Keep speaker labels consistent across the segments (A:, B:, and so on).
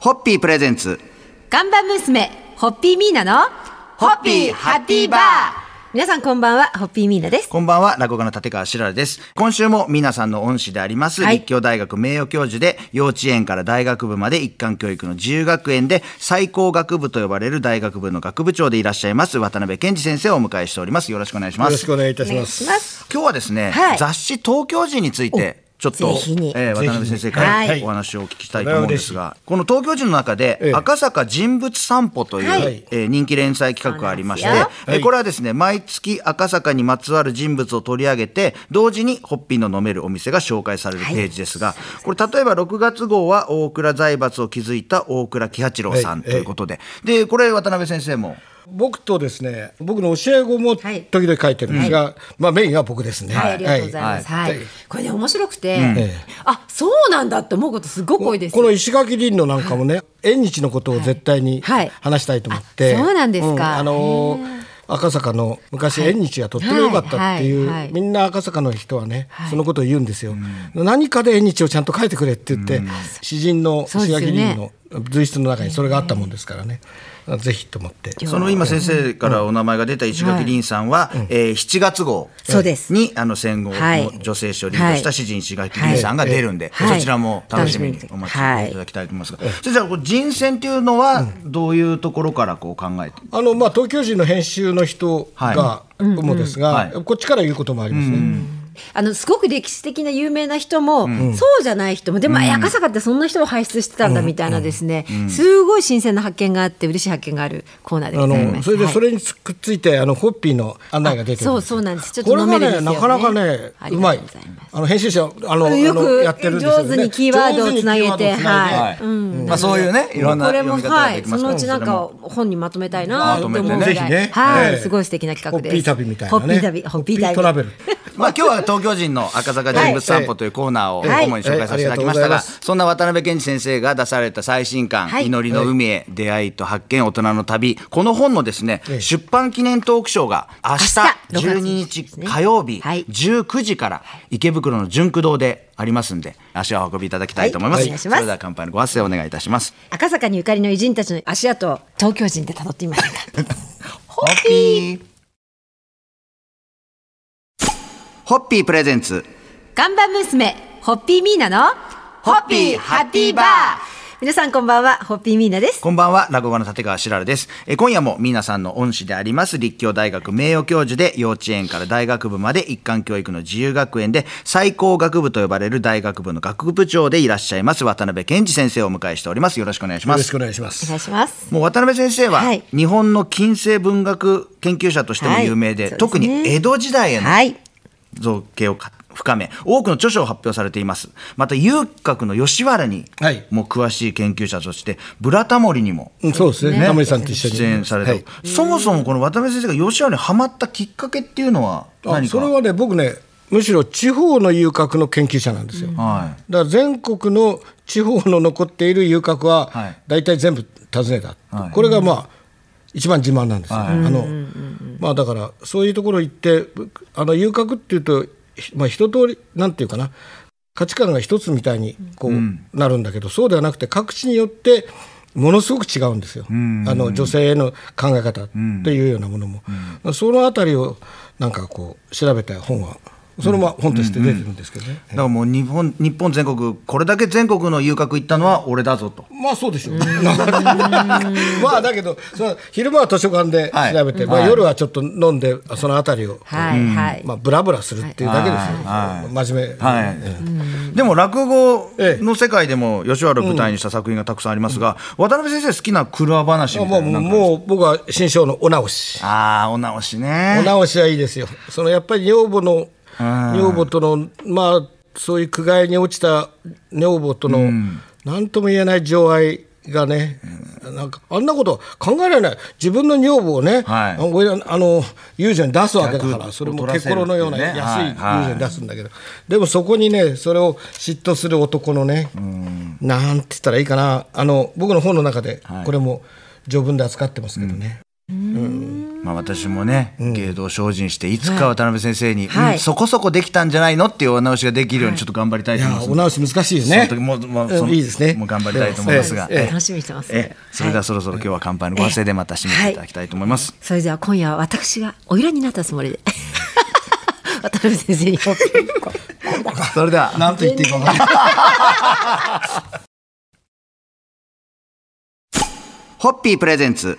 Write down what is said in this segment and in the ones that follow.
A: ホッピープレゼンツ
B: ガンバ娘、ホッピーミーナの、
A: ホッピーハッピーバー
B: 皆さんこんばんは、ホッピーミーナです。
A: こんばんは、落語家の立川しららです。今週も皆さんの恩師であります、
B: はい
A: 立教大学名誉教授で、幼稚園から大学部まで一貫教育の自由学園で、最高学部と呼ばれる大学部の学部長でいらっしゃいます、渡辺健二先生をお迎えしております。よろしくお願いしま
C: よろ
A: す
C: し。くお願いいた
B: お
C: し
B: 願
C: ま
B: いし
C: す。
B: ます。
A: 今日はですね、
B: はい
A: 雑誌東京人についてちょっと
B: ぜ、ひに
A: えー
C: ぜひに
A: 渡辺先生か
B: は
A: ら
C: い
A: お話をお聞きしたいと思うんですが、この東京人の中で、
C: ええ
A: 赤坂人物散歩という、
B: はい
A: えー人気連載企画がありまして、
B: そうなんで
C: よ
A: えーこれはですね毎月赤坂にまつわる人物を取り上げて同時にホッピーの飲めるお店が紹介されるページですが、これ例えば6月号は大倉財閥を築いた大倉喜八郎さん
C: は
A: と
C: い
A: いうことで、でこれ渡辺先生も。
C: 僕とですね、僕の教え子も
B: はい
C: 時々書いてるんですが、まあメインは僕ですね。
B: はい、ありがとうございます。
C: は
B: はいい。これね、面白くて、
C: え
B: あ、そうなんだって思うことすごく多いです。
C: この石垣凛のなんかもね、縁日のことを絶対に
B: はい
C: 話したいと思って。
B: あそうなんですか
C: あのー赤坂の昔縁日がとっても良かったってい
B: はいはいはい
C: うみんな赤坂の人はね
B: はい
C: そのことを言うんですよ、何かで縁日をちゃんと書いてくれって言って、詩人の
B: そうです
C: 石
B: よね
C: 垣凛の随筆の中にそれがあったもんですからね、ぜひと思って
A: その今先生からお名前が出た石垣凛さんは、えー7月号
B: そうです
A: にあの戦後
B: はい
A: の女性史をリードした詩人石垣凛さんが出るんで、
B: はい
A: そちらも楽しみにお待ちしていただきたいと思いますが、先生はこれ人選っていうのはどういうところからこう考えて、
C: あのまあ東京人の編集の人が
A: は
C: もですが、
A: はい
C: こっちから言うこともありますね。
B: あのすごく歴史的な有名な人も、そうじゃない人もでも、あ赤坂ってそんな人を輩出してたんだみたいなですね、すごい新鮮な発見があって嬉しい発見があるコーナーで
C: あ
B: ございま
C: の
B: す。
C: それで
B: はい
C: それにつくっついてあのホッピーの案内が出てるん
B: そう
C: です
B: そうなんです。ちょっ
C: ことれ
B: 飲
C: が
B: めるです
C: ね
B: よ、ね。
C: なかなかね
B: あり
C: う
B: が
C: ま
B: と
C: い
B: ござます
C: あの編集者あの
B: よく
C: あのやってるんですよね
B: 上手にキーワードをつなげて
C: 上手にキーワードをつなげて
B: はい
A: まあ、そういう ねいろんな
B: これ
A: 読
B: も
A: み方が
B: は
A: で
B: い、
A: き
B: そ
A: ます
B: の
A: ら
B: うちなん
A: それ
B: か
A: も
B: 本にまとめたいなと思うぐらい、
A: まとめてね
C: ぜひね
B: はい、
C: ええ
B: すごい素敵な企画です。
C: ホッピー旅みたいな
B: ホ
C: ね
B: ッピー旅、ホッピー
C: ホ
B: 旅
C: ットラベル
A: まあ今日は東京人の赤坂人物散歩というコーナーを
B: はい
A: 主に紹介させていただきましたが、
C: はい
A: そんな渡辺健二先生が出された最新刊「
B: はい
A: 祈りの海へ出会いと発見大人の旅」この本のですね、
C: ええ
A: 出版記念トークショーが明
B: 明日
A: 日12日
B: ですね
A: 火曜日
B: はい
A: 19時から池袋の純駆動でありますんで足をお運びいただきたいと思います。
B: はいお願いします
A: それでは乾杯のご発声をお願いいたします。
B: 赤坂にゆかりの偉人たちの足跡を東京人で辿ってみませんか。
A: ホッピーホッピープレゼンツ
B: 看板娘、ホッピーミーナの、
A: ホッピーハッピーバー
B: 皆さんこんばんは、ホッピーミーナです。
A: こんばんは、落語家の立川しららです。えー今夜も皆さんの恩師であります、立教大学名誉教授で、幼稚園から大学部まで一貫教育の自由学園で、最高学部と呼ばれる大学部の学部長でいらっしゃいます、渡辺健二先生をお迎えしております。よろしくお願いし
C: よ
A: ま
C: ろし
A: す。
C: くお願いしま
B: お
C: す
B: 願いします。
A: もう渡辺先生は、
B: はい
A: 日本の近世文学研究者としても有名で、
B: はいそうですね
A: 特に江戸時代への
B: はい。
A: 造形をか深め多くの著書を発表されていますまた遊郭の吉原に
C: はい
A: も詳しい研究者として、ブラタモリにも
C: うんそうですねタモリさんと一緒に
A: 出演された、
C: はい
A: そもそもこの渡辺先生が吉原にハマったきっかけっていうのは
C: あ
A: 何か
C: それはね僕ねむしろ地方の遊郭の研究者なんですよ、
A: は
C: だから全国の地方の残っている遊郭は
A: はい
C: 大体全部訪ねた、
A: はい
C: これがまあ一番自慢なんですよ、
A: はい
C: あのまあ、だからそういうところ行ってあの遊郭っていうと、ひまあ、一通りなんていうかな価値観が一つみたいにこうなるんだけど、そうではなくて各地によってものすごく違うんですよ、あの女性への考え方というようなものも、そのあたりをなんかこう調べた本はそれも本として出てるんですけど
A: い
C: ね。
A: だからもう日本日本全国これだけ全国の遊郭行ったのは俺だぞと
C: まあそうでしょう。まあだけど、その昼間は図書館で
A: はい
C: 調べて、
A: は
C: ま
A: い
C: あ夜はちょっと飲んでそのあたりを、
B: はいはい
C: まあブラブラするっていうだけですよ。
A: はいはい
C: 真面目。
A: はいでも落語の世界でも吉原を舞台にした作品がたくさんありますが、渡辺先生好きな苦話話みた
C: もう
A: いな
C: も
A: なん
C: う
A: か
C: もう僕は新章のお直し。
A: ああお直しね
C: お直しはいいですよ。そのやっぱり女房の女房とのまあそういう苦害に落ちた女房との何とも言えない情愛がね、なんかあんなこと考えられない。自分の女房をね、
A: はい
C: あのごめんあの遊女に出すわけだから、
A: 逆
C: それ
A: を
C: も
A: 取らせ
C: 結
A: る
C: ロのような
A: っていうね
C: 安い遊
A: はい
C: 女に出すんだけど、でもそこにね、それを嫉妬する男のね、なんて言ったらいいかな。あの僕の本の中でこれも序文で扱ってますけどね。
A: ままあ、私もね、芸道精進していつか渡辺先生に、
B: はい
A: うんそこそこできたんじゃないのっていうお直しができるようにちょっと頑張りたい
C: い
A: と思いま
C: や
A: す、
C: お直し難しいです
A: その
C: ね
A: 時もうもうその
C: うんいいですね
A: もう頑張りたいと思いますが、
C: ええええ
B: 楽しみにしてます。
A: ええそれでは
B: はい
A: そろそろ今日は乾杯のご発声でまた締めていただきたいと思います。
B: それでは今夜は私がおいらになったつもりで 渡辺先生に報告
A: それでは
C: なんと言っていいか分かんない
A: ホッピープレゼンツ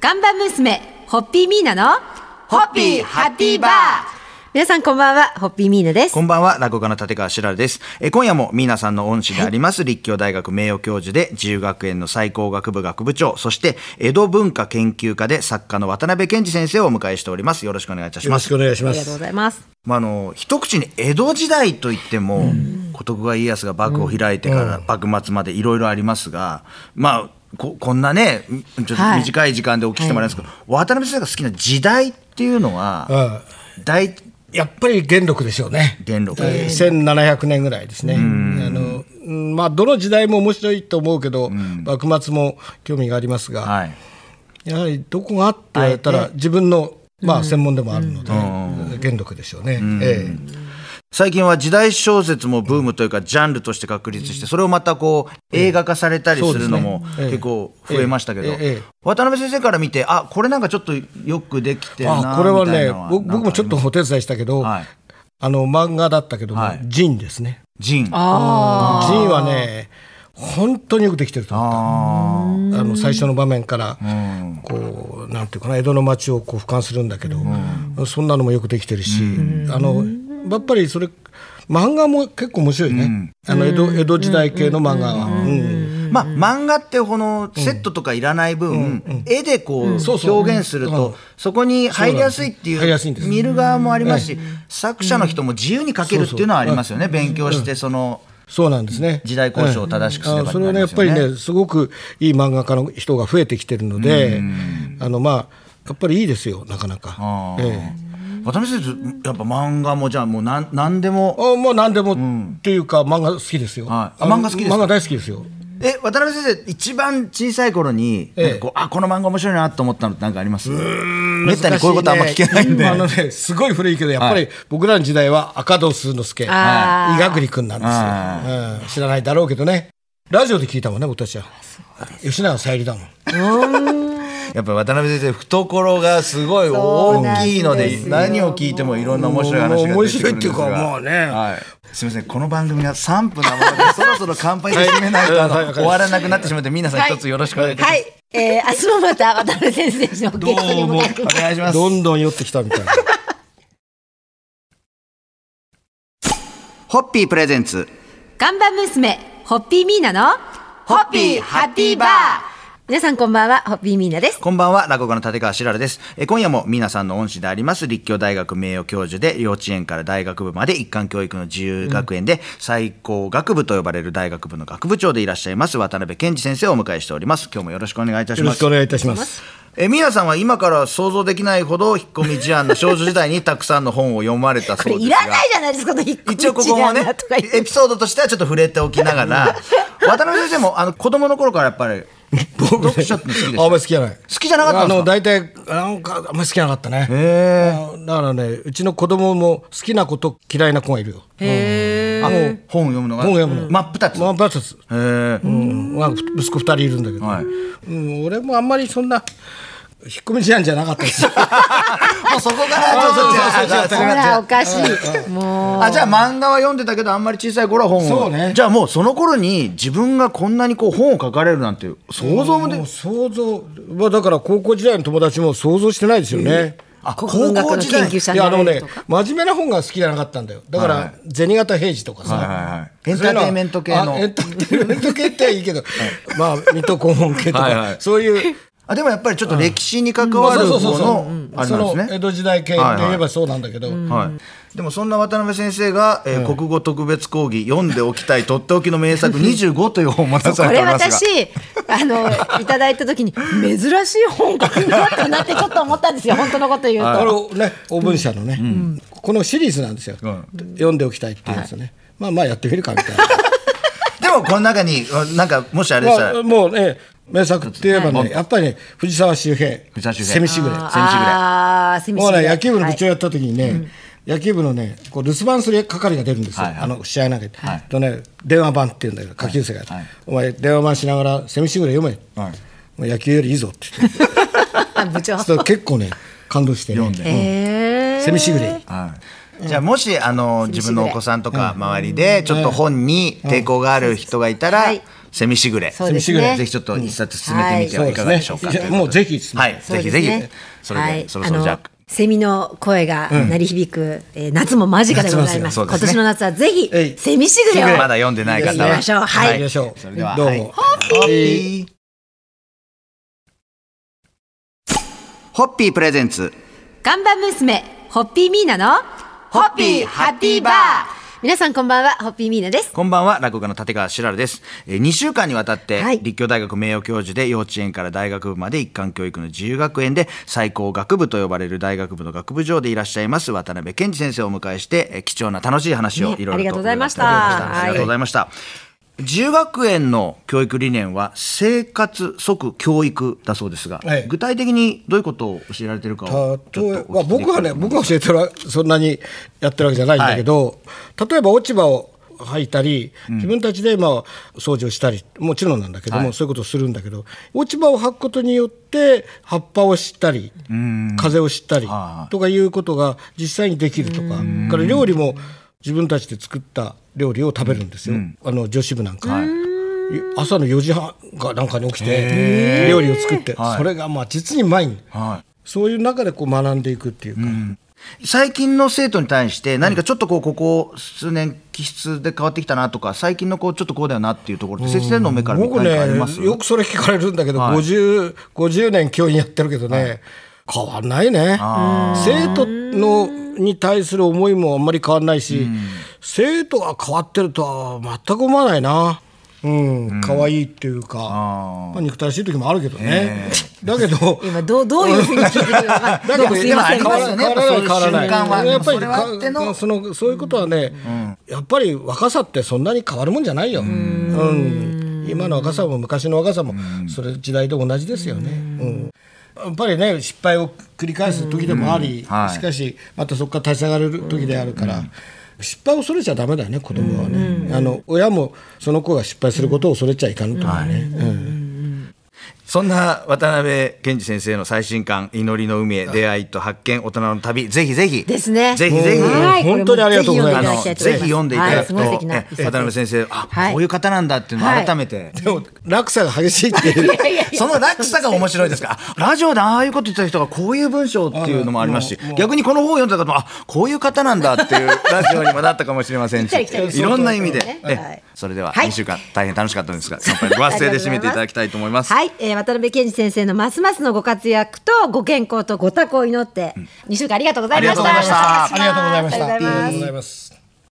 B: 看板娘ホッピーミーナの
A: ホッピーハッピーバー
B: 皆さんこんばんはホッピーミーナです
A: こんばんは、落語家の立川しらるです。えー今夜も皆さんの恩師であります、立教大学名誉教授で、自由学園の最高学部学部長、そして、江戸文化研究家で作家の渡辺健二先生をお迎えしております。よろしくお願いいたし
C: よろ
A: ま
C: し
A: す。
C: くお願いし
B: あ
C: ま
B: りがとう
C: す
B: ございます
A: まあ、あの、一口に江戸時代といっても、小徳川家康が幕府を開いてから、幕末までいろいろありますが、まあ、ここんなね、ちょっと
B: はい
A: 短い時間でお聞きしてもらいますけど、渡辺先生が好きな時代っていうのは、
C: ああ
A: 大、
C: やっぱり元禄でしょうね
A: 元禄
C: えー1700年ぐらいですねあの、うんまあ、どの時代も面白いと思うけど、幕末も興味がありますが、
A: はい。
C: やはりどこがって言われたら自分の、まあ、専門でもあるので、元禄でしょうね、え
A: 最近は時代小説もブームというかジャンルとして確立してそれをまたこう映画化されたりするのも
C: そうですねええ
A: 結構増えましたけど
C: ええええ
A: 渡辺先生から見てあこれなんかちょっとよくできて
C: え
A: るな
C: あこれは
A: みたい
C: ね
A: なのは
C: 僕僕もちょっとお手伝いしたけど、
A: はい
C: あの漫画だったけども、
A: はい
C: ジンですね
A: ジン
B: あ
C: ジンはね本当によくできてると思った
A: あー
C: あの最初の場面から、
A: うん
C: こうなんていうかな江戸の町をこう俯瞰するんだけど、そんなのもよくできてるし、あのやっぱりそれ漫画も結構面白いね、あの江戸江戸時代系の漫画は。うん
A: まあ漫画ってこのセットとかいらない分絵でこう
C: そうそう
A: 表現する
C: うん
A: とそこに入りやすいって
C: 入りやす
A: い
C: いんで
A: う
C: す
A: 見る側もありますし作者の人も自由に描けるっていうのはありますよね勉強してその
C: そうなんですね
A: 時代交渉を正しくすれば
C: あそれはねやっぱりねすごくいい漫画家の人が増えてきてるのであのまあやっぱりいいですよなかな
A: あ
C: か。
A: ー
C: ええ
A: 渡辺先生やっぱ漫画もじゃあもうなん何でも
C: あもう何でもっていうか漫画好きですよ。
A: はいあ
C: あの
A: 漫画好きですか
C: 漫画大好きですよ。
A: え渡辺先生一番小さい頃に、
C: え
A: な
C: え
A: んかこうあこの漫画面白いなと思ったのって何かありますめったにこういうことあんま聞けないんで、
C: あのね、すごい古いけど、やっぱり僕らの時代は赤戸数之助、伊
B: あー
C: 賀栗君なんですよ、うん。知らないだろうけどね。ラジオで聞いたもんね、僕たちは。吉永小百合だもん。
A: やっぱり渡辺先生懐がすごい
B: そう
A: 大
B: なん
A: きいので
B: ですよ
A: 何を聞いてもいろんな面白い話が
C: もう
A: 出てくるんですが
C: 面白いっていうかもうね
A: はい、すみませんこの番組は3分なものでそろそろ乾杯して締めないとあ
C: はい
A: の
C: はい
A: 終わらなくなってしまって皆さん一つよろしくお願いいたします、
B: はい、えー、明日もまた渡辺先生のゲストに
A: どうもお
B: お迎えください
A: 願いします
C: どんどん寄ってきたみたいな。
A: ホッピープレゼンツ
B: 看板娘ホッピーミーナの
A: ホッピーハッピーバー
B: 皆さんこんばんはホッピーミーナです
A: こんばんは、落語家の立川しらるです。えー今夜も皆さんの恩師であります、立教大学名誉教授で、幼稚園から大学部まで一貫教育の自由学園で、最高学部と呼ばれる大学部の学部長でいらっしゃいます、渡辺健二先生をお迎えしております。今日もよろしくお願いいたし
C: よろ
A: ま
C: し
A: す
C: くお。願いいたします。
A: えー、皆さんは今から想像できないほど、引っ込み思案の少女時代にたくさんの本を読まれた
B: こ
A: そう
B: れ
A: です
B: い
A: が。
B: らないじゃないですかこの引っ込み
A: 一応ここも
B: 思案
A: ね
B: だとか言っ、て
A: エピソードとしてはちょっと触れておきなが ら、渡辺先生も、あの、子供の頃からやっぱり、読書って好きでした
C: あんまり好きじゃない。好
A: きじゃなかったんですか
C: あの、大体、なんか、あんまり好きじゃなかったね。
A: へ
C: あのだからね、うちの子供も好きな子と嫌いな子がいるよ。
A: あ本を読むのが
C: 本を読むの
A: 真っ二つ、
C: まあ、バツです
A: へー
C: うんまあふ息子二人いるんだけど、
A: はい
C: うん、俺もあんまりそんな引っ込み思案じゃなかったです。
A: もうそこからちょっと
C: あー
A: じゃあ
C: そう
A: じ
B: ほ
C: そうそう
A: ゃあ
B: らおかしいもう
A: あじゃあ漫画は読んでたけどあんまり小さい頃は本を
C: そうね
A: じゃあもうその頃に自分がこんなにこう本を書かれるなんて 想像もで
C: もう想像、まあ、だから高校時代の友達も想像してないですよね。
A: あ高
B: 国文学
A: 校
B: の
A: 時
B: 研
A: 代
B: 究者
C: い
B: に
C: やあ
B: な
C: の
B: れると
C: ね
B: か、
C: 真面目な本が好きじゃなかったんだよだから、
A: はい
C: 銭形平次とかさ、
A: はいはいはいエンターテインメント系の
C: そういうあエンターテインメント系ってはいいけど、まあ水戸黄門系とか、
A: はいはい
C: そういう
A: あでもやっぱりちょっと歴史に関わる
C: そう
A: 方
C: そうそう
A: のあれ
C: そ
A: なんです
C: の
A: ね、
C: 江戸時代系で言えばそうなんだけど、
A: はい、でもそんな渡辺先生が、えー国語特別講義読んでおきたいとっておきの名 作25という本を持た
B: こ
A: され
B: れ
A: ておりますが
B: 私あのいただいた時に珍しい本格だったなってちょっと思ったんで すよ本当のこと言うと、
C: これをね、大文社のね、このシリーズなんですよ、読んでおきたいっていうんですよね、まあまあやってみるかみたいな。
A: でもこの中になんかも しあれでした
C: まあ、
A: ら
C: もうね名作って言えばね、やっぱりね藤沢周平
A: 藤沢周平
C: セミシグレ
A: 選手ぐらい
B: ああ、セミシ
C: もう
B: グレ
C: ね、野球部の部
B: は
C: 長
B: い
C: やった時にね、野球部のね、こう留守番する係が出るんですよ、
A: はいはい
C: あの試合なんかで、とね、電話番って言うんだけど、下級生が、
A: はい
C: お前、電話番しながら、セミシグレ読め、
A: はい
C: もう野球よりいいぞって 言って、
B: 部長。
C: それ結構ね、感動して、ね、
A: 読んで
B: え
C: セミシグレ、
A: はいじゃあもしあの自分のお子さんとか周りでちょっと本に抵抗がある人がいたら
B: はい
A: セミシグレ
B: そうで
A: セミシ
B: すね
A: グレぜひちょっと一冊進めてみてはいかがでしょうか
C: はいそう
A: といことで
C: ですねいやもうぜひ進めて
A: はいぜひぜひそれでそろそろじゃあ
B: セミの声が鳴り響く、えー夏も間近でございます
A: 夏もそうで
B: 今
A: すね
B: 年の夏はぜひ
C: えい
B: セミシグレを
A: まだ読んでない方
B: 行きま
A: は
B: しょうはい
C: 行きましょう。
A: それでは
C: どうも。
A: はいホッピーホッピープレゼンツ
B: 看板娘ホッピーミーナの
A: ホッピーハッピーバー
B: 皆さんこんばんはホッピーミーナです
A: こんばんは、落語家の立川しらるです。えー、2週間にわたって、
B: はい
A: 立教大学名誉教授で幼稚園から大学部まで一貫教育の自由学園で最高学部と呼ばれる大学部の学部長でいらっしゃいます渡辺健二先生をお迎えして、えー貴重な楽しい話を
B: ね
A: いろいろと、
B: ありがとうございました
A: ありがとうございました。自由学園の教育理念は生活即教育だそうですが、
C: はい
A: 具体的にどういうことを教えられてるかをち
C: 例え
A: ょ
C: ば
A: っとお聞きでき
C: 僕
A: た
C: は
A: らと思います
C: ね僕は教えてるわそんなにやってるわけじゃないんだけど、例えば落ち葉を吐いたり自分たちでまあ掃除をしたりもちろんなんだけども、そういうことをするんだけど落ち葉を吐くことによって葉っぱを知ったり風を知ったり
A: は
C: とかいうことが実際にできるとかから料理も自分たちで作った料理を食べるんですよ、あの女子部なんか。朝の4時半かなんかに起きて料理を作って、それがまあ実に前に、
A: はい
C: そういう中でこう学んでいくっていうか、
A: 最近の生徒に対して何かちょっとこうここ数年気質で変わってきたなとか最近のこうちょっとこうだよなっていうところって先生の目から見て
C: 僕
A: 何
C: ね
A: かあります
C: よくそれ聞かれるんだけど、50, 50年教員やってるけどね、変わんないね生徒のに対する思いもあんまり変わんないし、生徒が変わってるとは全く思わないな。うん、可愛いっていうか、まあ、憎たらしい時もあるけどね、だけ ど
B: 今どうどういうふうに聞いてくるか分かんな
C: だ
B: い
C: け
B: い
C: ど
B: やすい
C: 変
B: ま
C: わ
B: せん
A: でも
C: らない変わらない変わ
A: 変わらな
C: らない
A: い
C: やっぱり
A: それはあっての
C: かそのそういうことはね、やっぱり若さってそんなに変わるもんじゃないようん今の若さも昔の若さもそれ時代と同じですよねうんやっぱりね失敗を繰り返す時でもあり、
A: はい
C: しかしまたそこから立ち上がれる時であるから、失敗を恐れちゃダメだよね子供はね、あの親もその子が失敗することを恐れちゃいかんとかね、うん
A: そんな渡辺健二先生の最新刊「祈りの海へ出会いと発見大人の旅」ぜひぜひ
B: ですね
A: ぜひぜひ
B: は
C: もう本当にありがとうございます
A: あの
B: これも
A: ぜひ読んでいただくと、
B: はいすごい素敵な
A: ね渡辺先生あ、
B: はい
A: こういう方なんだっていうのを
B: はい
A: 改めて、
C: でも落差が激しいっていう
A: その落差が面白いですかあラジオでああいうこと言ってた人がこういう文章っていうのもありますし逆にこの本を読んだ方もあこういう方なんだっていうラジオにもなったかもしれませんし
B: 行ったり来たり
A: いろんな意味で、
B: ね
A: ええ
B: はい
A: それでは
B: はい
A: 2週間大変楽しかったんですが乾杯ご発声で締めていただきたいと思います。
B: はい、えー、渡辺健二先生のますますのご活躍とご健康とご多幸を祈って、二週間ありがとうございました。
A: ありがとうございました
C: ありが
B: ありがと
C: とうございました。
B: うございます
C: ざいます。